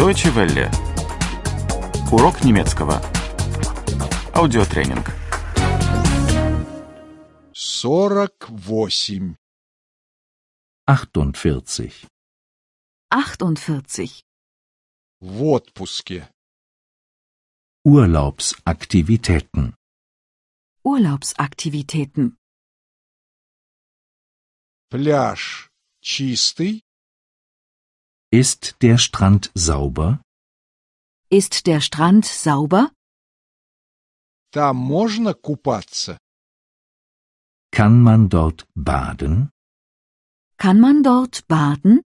Deutsche Welle. Урок немецкого. Аудиотренинг. 48. 48. 48. В отпуске. Urlaubsaktivitäten. Urlaubsaktivitäten. Пляж чистый, Ist der Strand sauber? Ist der Strand sauber? там можно купаться. Kann man dort baden? Kann man dort baden?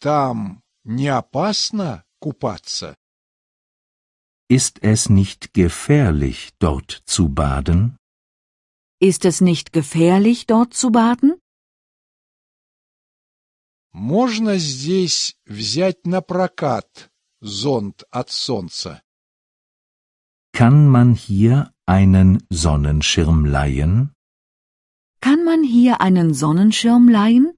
Там не опасно купаться. Ist es nicht gefährlich, dort zu baden? Ist es nicht gefährlich, dort zu baden? Можно здесь взять на прокат зонт от солнца. Kann man hier einen Sonnenschirm leihen? Kann man hier einen Sonnenschirm leihen?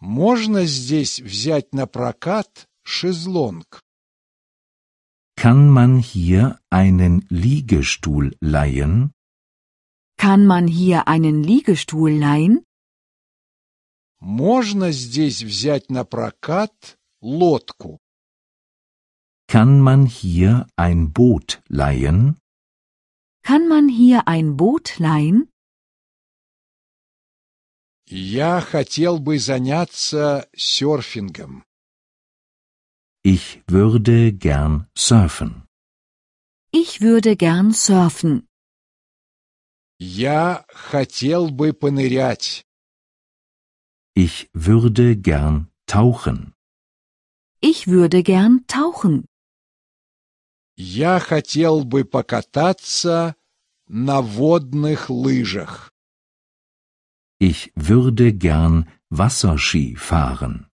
Можно здесь взять на прокат шезлонг. Kann man hier einen Liegestuhl leihen? Kann man hier einen Liegestuhl leihen? Можно здесь взять на прокат лодку. Kann man hier ein Boot leihen? Kann man hier ein Boot leihen? Я хотел бы заняться серфингом. Ich würde gern surfen. Ich würde gern surfen. Я хотел бы понырять. Ich würde gern tauchen. Ich würde gern tauchen. Я хотел бы покататься на водных лыжах. Ich würde gern Wasserski fahren.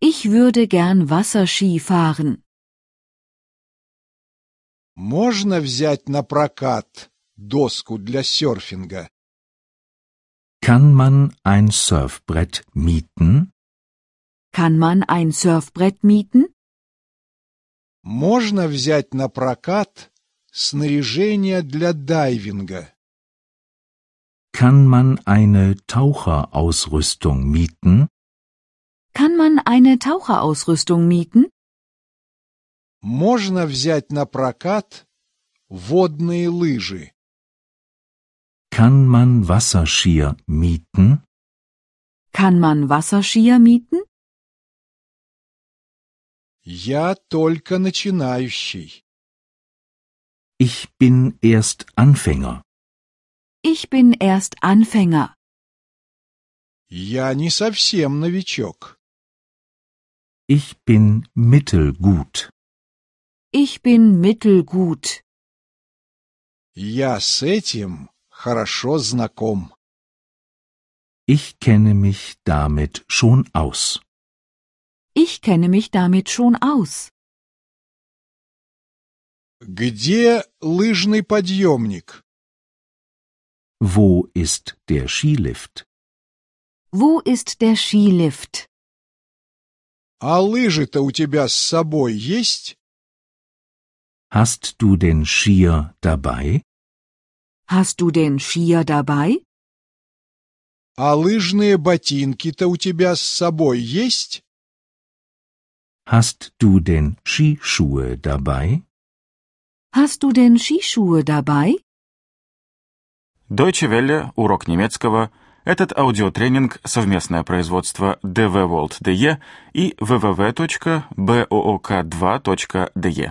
Ich würde gern Wasserski fahren. Можно взять на прокат доску для серфинга. Kann man ein Surfbrett mieten? Kann man ein Surfbrett mieten? Можно взять на прокат снаряжение для дайвинга. Kann man eine Taucherausrüstung mieten? Kann man eine Taucherausrüstung mieten? Можно взять на прокат водные лыжи. Kann man Wasserskier mieten? Kann man Wasserskier mieten? Я только начинающий. Ich bin erst Anfänger. Ich bin erst Anfänger. Я не совсем новичок. Ich bin mittelgut. Ich bin mittelgut. Я с этим хорошо знаком. Ich kenne mich damit schon aus. Ich kenne mich damit schon aus. Где лыжный подъемник? Wo ist der Skilift? Wo ist der Skilift? А лыжи-то у тебя с собой есть? Hast du den Skier dabei? Hast du den Skier dabei? А лыжные ботинки-то у тебя с собой есть? Hast du den Skischuhe dabei? Hast du denn Skischuhe dabei? Deutsche Welle. Урок немецкого. Этот аудиотренинг – совместное производство DW World DE и www.book2.de.